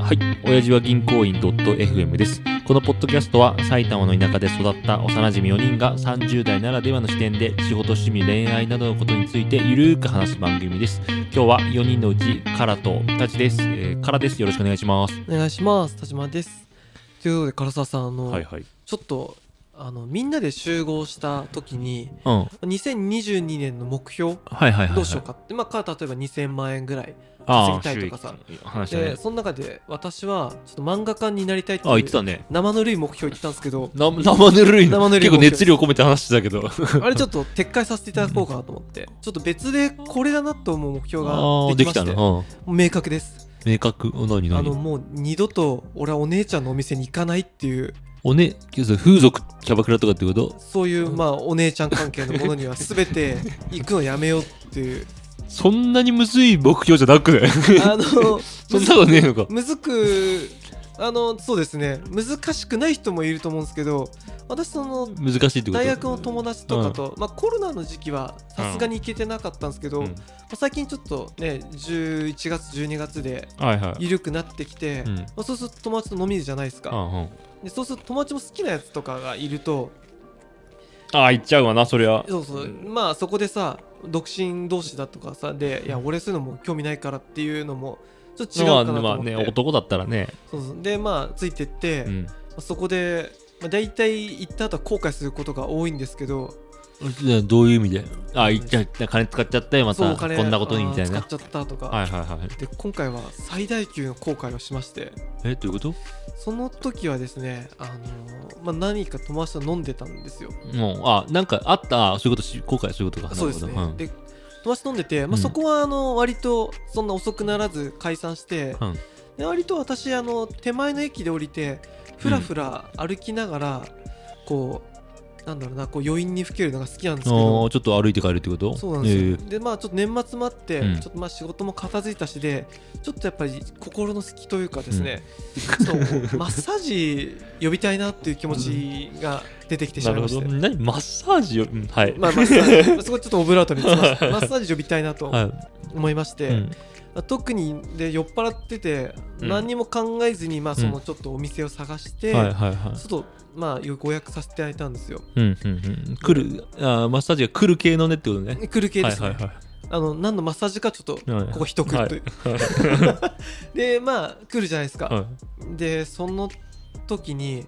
はい。親父は銀行員 .fm です。このポッドキャストは埼玉の田舎で育った幼馴染4人が30代ならではの視点で仕事、趣味、恋愛などのことについてゆるーく話す番組です。今日は4人のうち、カラとタチです。えー、カラです。よろしくお願いします。お願いします田島ですということで唐沢さんあの、はい。ちょっとあのみんなで集合した時にうん。はい2022年の目標はいはい、はい。どうしようかって、まあ、から例えば2000万円ぐらいああ稼ぎたいとかさ収益の話だねで。その中で私はちょっと漫画家になりたいってあ、言っいてうたね。生ぬるい目標言ってたんです けどな生ぬるい生ぬるい結構熱量込めて話してたけど。あれちょっと撤回させていただこうかなと思ってちょっと別でこれだなと思う目標あがあ、でできまきしたての。明確ですうん明確。何あの何もう二度と俺はお姉ちゃんのお店に行かないっていうおね、風俗、キャバクラとかってことそういう、まあお姉ちゃん関係のものには全て行くのやめようっ ていうそんなにむずい目標じゃなくねあの そんなことねえのか。むずくあのそうですね難しくない人もいると思うんですけど私その難しいってこと大学の友達とかと、まあ、コロナの時期はさすがに行けてなかったんですけど、うんまあ最近ちょっとね11月12月ではいはい。緩くなってきて、うん。まあ、そうすると友達と飲みじゃないですあか、でそうすると友達も好きなやつとかがいるとあ、行っちゃうわな、そりゃ。そうそう、うんまあそこでさ独身同士だとかさでいや俺そういうのも興味ないからっていうのもちょっと違うまあ、かなとま思あって、ね、男だったらね。そうそうでまあついてって、うん。そこで、まあ、大体行った後は後悔することが多いんですけど、どういう意味であ、行っちゃった、金使っちゃったよ、まそうた。お金こんなことにみたいあなー。使っちゃったとか、はいはいはい。で今回は最大級の後悔をしましてえ、どういうことその時はですね、あのーまあ、何か友達と飲んでたんですよもう、あ、なんかあった、あそういうことし、後悔そういうことか。そうですね、なるほどで友達と飲んでて、まあ、うんそこはあの割とそんな遅くならず解散して、うんで割と私あの手前の駅で降りてふらふら歩きながら、こうなんだろうなこう余韻にふけるのが好きなんですけうんあどーちょっと歩いて帰るってことそうなんですよ、ええでまあちょっと年末もあって、うんちょっとまあ仕事も片付いたしでちょっとやっぱり心の隙というかですね、ちょっとマッサージ呼びたいなっていう気持ちが出てきてしなまるほいましど。て。何マッサージよ、うんはい。まあ、マッサージそこちょっとオブラートに包ませてマッサージ呼びたいなとはい。思いまして、うん特にで酔っ払ってて、うん何にも考えずに、まあ、うそんのちょっとお店を探して、はいはいはい。ちょっとまあご予約させていただいたんですよ。うんうんうん。来る、あーマッサージが来る系のねってことね。来る系ですね、はいはいはい。あの何のマッサージかちょっとはいここ一区という、 でまあ来るじゃないですか、はいでその時に、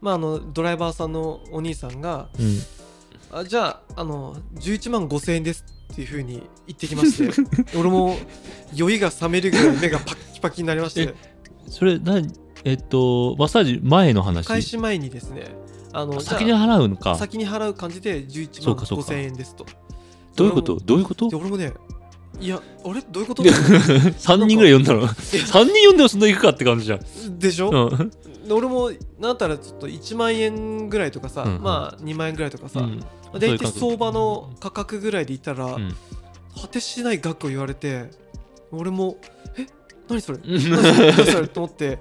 まあ、あのドライバーさんのお兄さんがうん「あじゃああの11万5000円です」っていうふうに言ってきまして 俺も酔いが冷めるぐらい目がパッキパキになり ましてそれ何えっとマッサージ前の話開始前にですねあの先じにゃあ払うのか先に払う感じで11そ万うかそうか5000円ですとどういうことどういうことで俺もねいやあれどういうこと 3人ぐらい呼んだ ろ3人呼んでもそんな行くかって感じじゃんでしょ、うんうんで俺もなんだったらちょっと1万円ぐらいとかさ、うんうんまあ2万円ぐらいとかさ、そうい大う感体覚相場の価格ぐらいでいたら、ん果てしない額を言われて俺も「え何 それうん何それ何それ?」と思って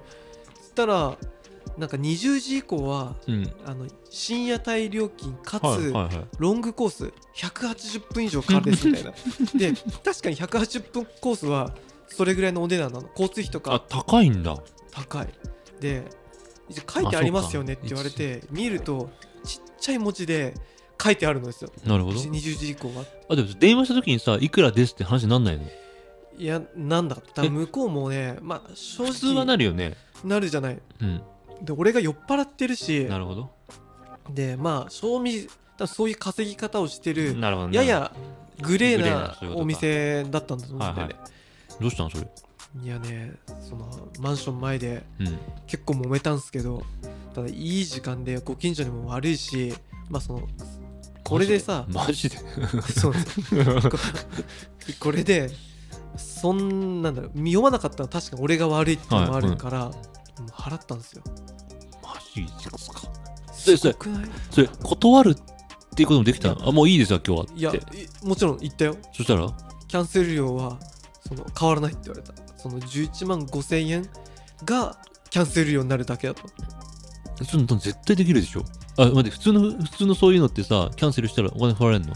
そしたらなんか20時以降はうんあの深夜帯料金かつ、はいはいはいロングコース180分以上かかるです みたいなで確かに180分コースはそれぐらいのお値段なの交通費とあか高いんだ高いで一応書いてありますよねって言われて見るとちっちゃい文字で書いてあるのですよなるほど20時以降はあでも電話した時にさいくらですって話になんないのいやなんだかったえ向こうもねまあ正普通は直なるよねなるじゃないうんで俺が酔っ払ってるしなるほどでまあ賞味多分そういう稼ぎ方をしてるなるほどねややグレーグレーななそういうことかお店だったんだと思うんだよねどうしたのそれいやねそのマンション前でうん結構揉めたんすけどただいい時間でご近所にも悪いしまあそのこれでさマジ でそうなんですよこ これでそんなんだろう読まなかったら確かに俺が悪いっていうのもあるから、もう払ったんですよマジですかすごくないそれ断るっていうこともできたのあもういいですわ今い日はやっていもちろん言ったよそしたらキャンセル料はその変わらないって言われたその11万5000円がキャンセル料になるだけだとそんなの絶対できるでしょあ待って普通の普通のそういうのってさキャンセルしたらお金払われるの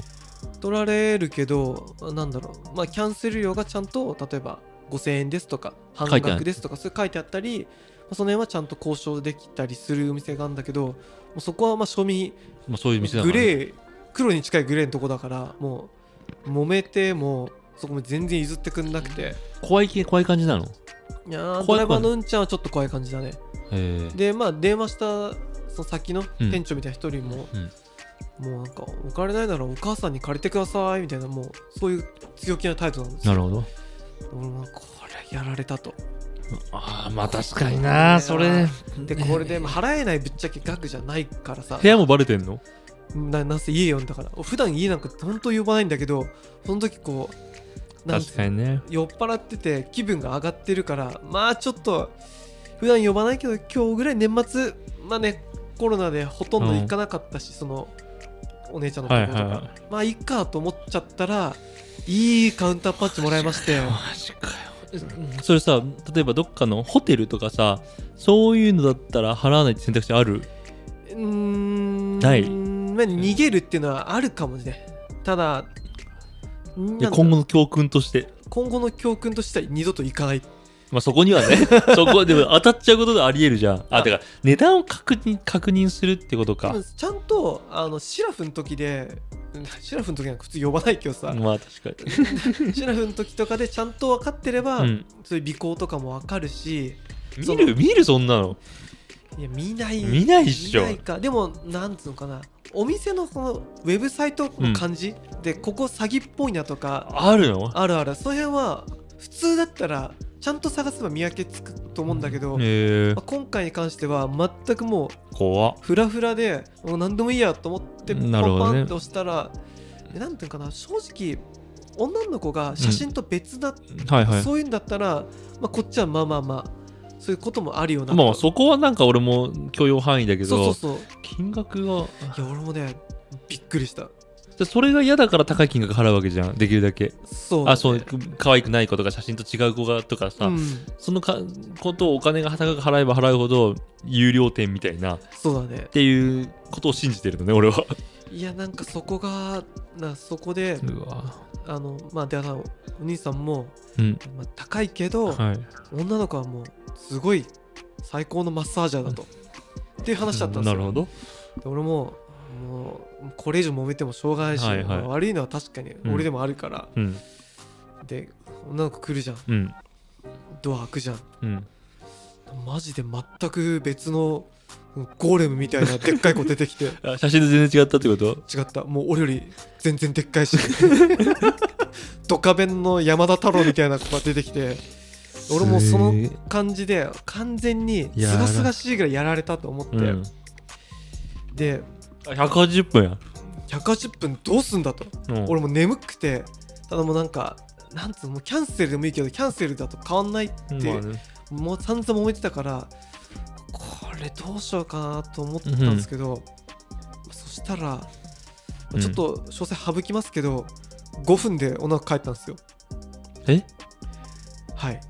取られるけどなんだろうまあキャンセル料がちゃんと例えば5000円ですとか半書いてある額ですとかそういう書いてあったりまあその辺はちゃんと交渉できたりするお店があるんだけどもうそこはまあ賞味まあ、そういう店だかグらね、レー黒に近いグレーのとこだからもう揉めてもそこも全然譲ってくんなくて怖い系怖い感じなのいやード怖いライバーのうんちゃんはちょっと怖い感じだねへえでまあ電話したその先のうん店長みたいな一人も、うんもうなんかお金ないならお母さんに借りてくださいみたいなもうそういう強気な態度なんですよなるほど俺もこれやられたとああまあ確かにこれなはそれでこれでまあ払えないぶっちゃけ額じゃないからさ部屋もバレてんのななんせ家呼んだから普段家なんか本当呼ばないんだけどその時こうなんて確かにね酔っ払ってて気分が上がってるからまあちょっと普段呼ばないけど今日ぐらい年末まあねコロナでほとんど行かなかったし、そのお姉ちゃんのところとか、はいはいはいまあいいかと思っちゃったらいいカウンターパンチもらいましたよジかよそれさ例えばどっかのホテルとかさそういうのだったら払わないって選択肢あるうーんないまあ逃げるっていうのはあるかもねただなんいだやろう今後の教訓として今後の教訓としては二度と行かないまあそこにはね そこはでも当たっちゃうことでありえるじゃんああてか値段を確認確認するってこと多か分ちゃんとあのシラフの時でうんシラフの時なんか普通呼ばないけどさ、まあ確か シラフの時とかでちゃんと分かってれば、に、うん、そういう尾行とかも分かるしそ見のる見るそんなのいや見ない見ないっしょ見ないかでもなんつうのかなお店のこのウェブサイトの感じ、でここ詐欺っぽいなとかあるのあるあるその辺は普通だったらちゃんと探せば見分けつくと思うんだけど、へえまあ今回に関しては全くもう怖っフラフラでもう何でもいいやと思ってパンなるほどパねンって押したら、でなんていうのかな正直女の子が写真と別だ、はいはいそういうんだったら、まあ、こっちはまあまあまあそういうこともあるよなとまあそこはなんか俺も許容範囲だけどそうそうそう金額がいや俺もねびっくりしたでそれが嫌だから高い金額払うわけじゃんできるだけそうあそう可愛くない子とか写真と違う子がとかさ、うん、そのかことをお金が高く払えば払うほど有料店みたいなっそうだねていうことを信じてるのね俺はいやなんかそこがなそこでうわあのまあであのお兄さんも、うんまあ、高いけど、はい女の子はもうすごい最高のマッサージャーだと、っていう話だったんでなすよるほどで俺ももうこれ以上揉めてもしょうがないし、はいはい悪いのは確かにん俺でもあるから、うんで女の子来るじゃんうんドア開くじゃんうんマジで全く別のゴーレムみたいなでっかい子出てきて違あ写真と全然違ったってことったもう俺より全然でっかいし ドカベンの山田太郎みたいな子が出てきて俺もその感じで完全にすやらがすがしいぐらいやられたと思って、うん、であ180分や、 180分どうすんだとうん、俺もう眠くてただもうなんかなんつうのもうキャンセルでもいいけどキャンセルだと変わんないって、まあねもう散々揉めてたからこれどうしようかなと思ったんですけど、そしたら、まあうんちょっと詳細省きますけど、5分でお腹帰ったんですよえはい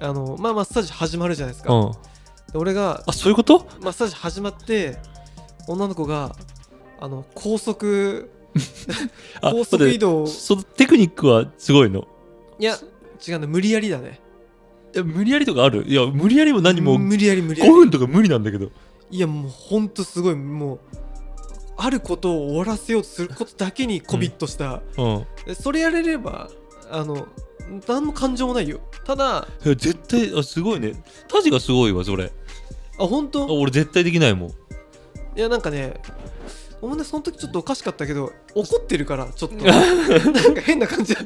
あのまあマッサージ始まるじゃないですうか、んで俺があそういうことマッサージ始まって女の子があの高速あ高速移動をそのテクニックはすごいのいや違うね無理やりだねいや無理やりとかあるいや無理やりも何も5無理やり無理やり分とか無理なんだけどいやもうほんとすごいもうあることを終わらせようとすることだけにコビッとした、うんそれやれればあの何の感情もないよただあいや絶対あすごいねタジがすごいわそれ本あ当俺絶対できないもんいやなんかねお前ねその時ちょっとおかしかったけど怒ってるから ちょっとなんか変な感じだっ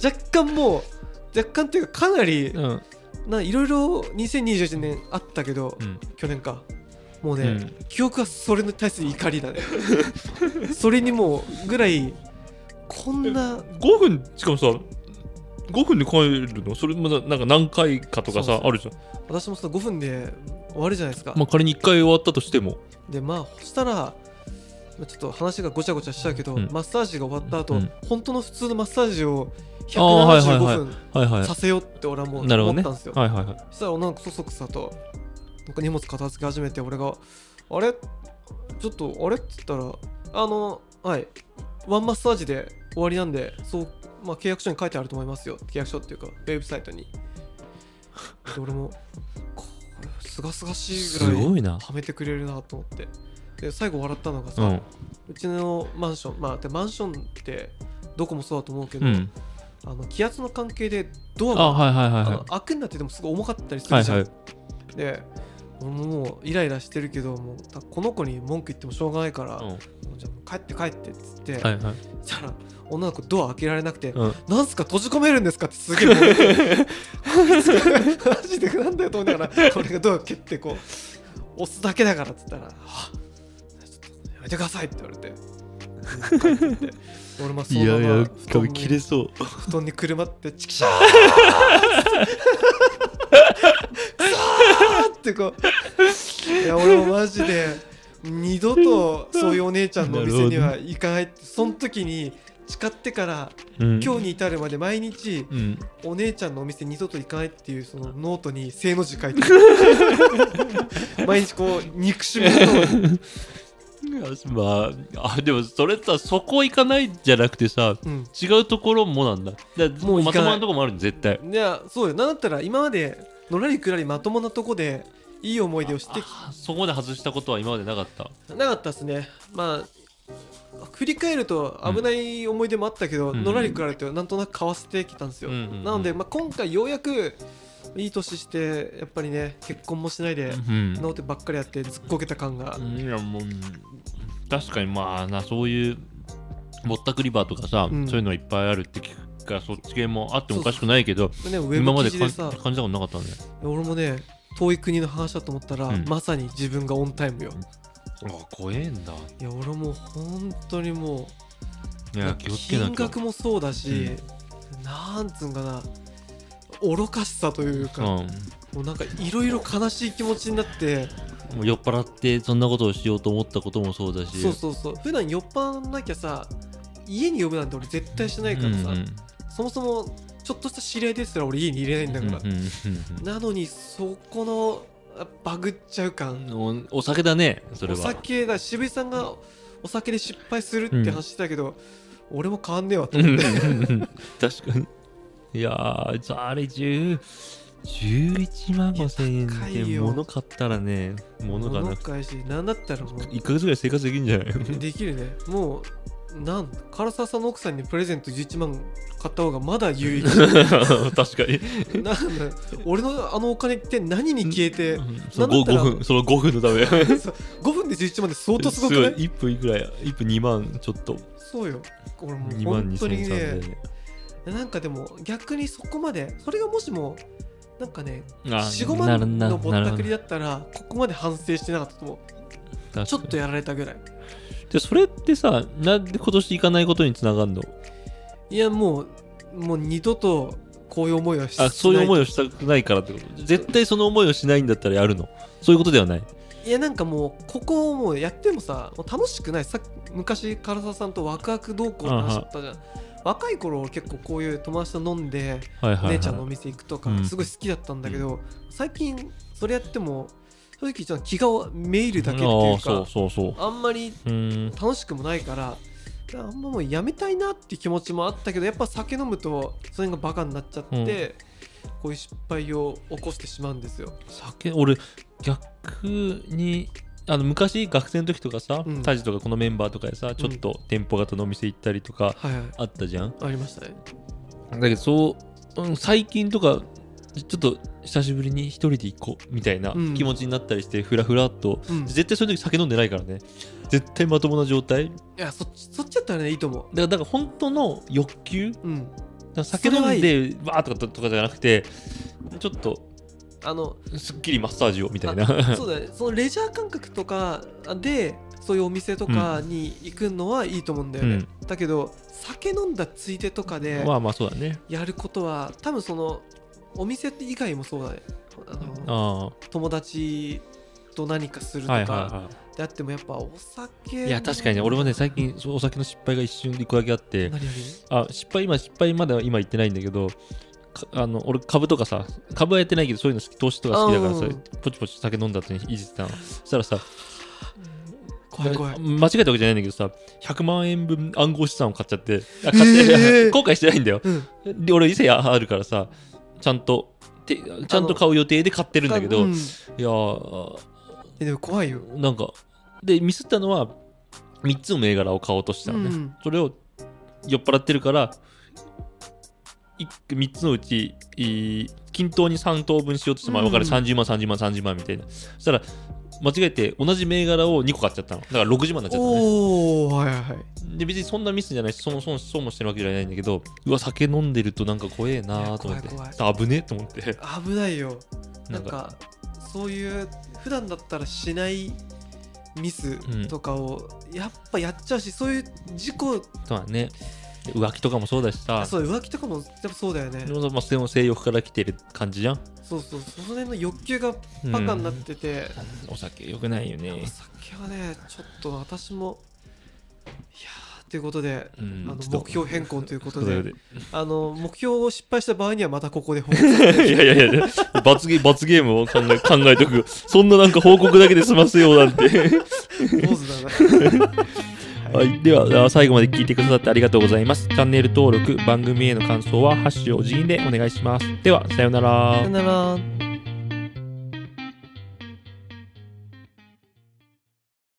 た若干もう若干っていうかかなりうんないろいろ2021年あったけど、うん去年かもうね、うん記憶はそれに対する怒りだねそれにもうぐらいこんな5分しかもさ5分で帰るのそれもななんか何回かとかさそうそうあるじゃん私もその5分で終わるじゃないですか、まあ仮に1回終わったとしてもでまあそしたらまあちょっと話がごちゃごちゃしちゃうけど、うんマッサージが終わった後、うん本当の普通のマッサージをあーはいはいはい175はいは分させようって俺はもうなるほど思ねったんですよ、はいはいはいそしたら女の子そそくさとなんか荷物片付け始めて俺が「あれちょっとあれ?」っつったら「あのはいワンマッサージで終わりなんでそうまあ、契約書に書いてあると思いますよ契約書っていうかウェブサイトにで俺もこれすがすがしいぐらすいごいな。はめてくれるなと思ってで最後笑ったのがさ、う。うんちのマンションまあでマンションってどこもそうだと思うけど、うん。あの気圧の関係でドアあ、がはいはいはあいのは開くになっててもすごい重かったりすい。はるいじゃん、はい。で俺ももうイライラしてるけどもうたこの子に文句言ってもしょうがないから、うんもうじゃあ帰って帰ってっつって、はいはい。そしたら女の子ドア開けられなくて、うん。なんすか閉じ込めるんですかってすげえ思って マジでなんだよと思いながら俺がドア蹴ってこう押すだけだからっつったら「はあちょっとやめてください」って言われて。うん帰ってって俺もそのまま布団にそう。布団にくるまってチキシャーッってこういや俺もマジで二度とそういうお姉ちゃんのお店には行かないってその時に誓ってからうん。今日に至るまで毎日うん。お姉ちゃんのお店二度と行かないっていうそのノートに正の字書いて毎日こう憎しみとまあ、あ、でもそれさ、そこ行かないじゃなくてさ、うん違うところもなんだ。だからもう行まかとないもなとこもあるん絶対。いやそうよなんだったら今までのらりくらりまともなとこでいい思い出をしてきあそこまで外したことは今までなかった。なかったですねまあ振り返ると危ない思い出もあったけど、うんのらりくらりとなんとなくかわせてきたんですよ、うんうんうんなので、まあ、今回ようやくいい年してやっぱりね結婚もしないでうん。ノートばっかりやってずっこけた感が、いやもう確かにまあなそういうぼったくりバーとかさ、うんそういうのいっぱいあるって聞くからそっち系もあってもおかしくないけどね、ウ今ェまブで記事感じでさ感じたことなかったね俺もね遠い国の話だと思ったら、うんまさに自分がオンタイムよあ怖えんだいや俺もう本当にもいうやなんか気をつけな金きゃ額もそうだし、なんつうんかな愚かしさといううか、ん、もうなんかいろいろ悲しい気持ちになってもう酔っ払ってそんなことをしようと思ったこともそうだしそうそうそう普段酔っ払わなきゃさ家に呼ぶなんて俺絶対しないからさ、うんうんそもそもちょっとした知り合いですら俺家に入れないんだから、うんうんなのにそこのあバグっちゃう感うんおお酒だねそれおは酒だ渋井さんがお酒で失敗するって話してたけど、俺も変わんねえわと思って確かにいやーあれ10 11万5000円でいや高いよ物買ったらね物がな物くて買いし何だったらもう1ヶ月ぐらい生活できるんじゃないできる ねもうなん唐沢さんの奥さんにプレゼント11万買った方がまだ有益確かに なんだ俺のあのお金って何に消えて その 5, なんだったら分その5分のため5分で11万で相当すごくない1分いくらや1分2万ちょっとそうよ俺もう2万本当に2000円ねなんかでも逆にそこまでそれがもしもなんかね45万のぼったくりだったらここまで反省してなかったと思うちょっとややられたぐらいでそれってさなんで今年行かないことにつながるのいやもうもう二度とこういう思いはしあそういう思いいをしたくないからってこと絶対その思いをしないんだったらやるのそういうことではないいやなんかもうここをもうやってもさもう楽しくないさっき昔唐沢さんとワクワク同行の話だったじゃん若い頃結構こういう友達と飲んではいはい、はい、姉ちゃんのお店行くとかうんすごい好きだったんだけど、最近それやっても正直ちょっと気がめいるだけってあいあうそかうそうそうあんまりうーん楽しくもないからあんまもうやめたいなって気持ちもあったけどやっぱ酒飲むとそれがバカになっちゃって、うんこういう失敗を起こしてしまうんですよ。酒俺逆にあの昔学生の時とかさ、うんタジとかこのメンバーとかでさちょっと店舗型のお店行ったりとかはい、はいあったじゃん、ありましたね。だけどそう、うん、最近とかちょっと久しぶりに一人で行こうみたいなうん気持ちになったりしてフラフラっと、うん、い絶対そういう時酒飲んでないからね絶対まともな状態だかやそっちそっちだったらねいいと思らだから本当の欲求だかう。うん、ら酒飲んでバーッとかとかじゃなくてちょっとあ のすっきりマッサージをみたいなあそうだねそのレジャー感覚とかでそういうお店とかに行くのはいいと思うんだよね、だけど酒飲んだついでとかでまあまあそうだねやることは多分そのお店以外もそうだねあのあ友達と何かするあとはいはいはかいであってもやっぱお酒いや確かにね俺もね最近そうお酒の失敗が一瞬で一個だけあって何よあ失敗今失敗までは今言ってないんだけどかあの俺株とかさ株はやってないけどそういうの好き投資とか好きだからうさんポチポチ酒飲んだ後にいじってたのそしたらさ怖い怖い間違えたわけじゃないんだけどさ100万円分暗号資産を買っちゃってあ買って、えー後悔してないんだようんで俺理性あるからさちゃんとてちゃんと買う予定で買ってるんだけど、うんいいやーやでも怖いよなんかでミスったのは3つの銘柄を買おうとしたのね、うんそれを酔っ払ってるから3つのうちい均等に3等分しようとして、まあ、うん分かる30万30万30万みたいなそしたら間違えて同じ銘柄を2個買っちゃったのだから60万になっちゃったねおおはいはいはいで別にそんなミスじゃないしその損損もしてるわけじゃないんだけどうわ酒飲んでるとなんか怖えなと思っていや怖い危ねえと思って危ないよななんかんかそういう普段だったらしないミスとかをやっぱやっちゃうし、そういう事故そうだねで浮気とかもそうだしさそう浮気とかもやっぱそうだよねでもまあそれも性欲から来てる感じじゃんそうそうその辺の欲求がバカになってて、お酒よくないよねお。酒はねちょっと私もいやーということで、うんあのちょっと目標変更ということそうだよでねあの目標を失敗した場合にはまたここで報 告いやいやいや、罰ゲ罰ゲームを考え 考えとく。そんななんか報告だけで済ますようなん て。坊主だなはい、では、最後まで聞いてくださってありがとうございます。チャンネル登録、番組への感想は、ハッシュおじいでお願いします。では、さようなら さよ。なら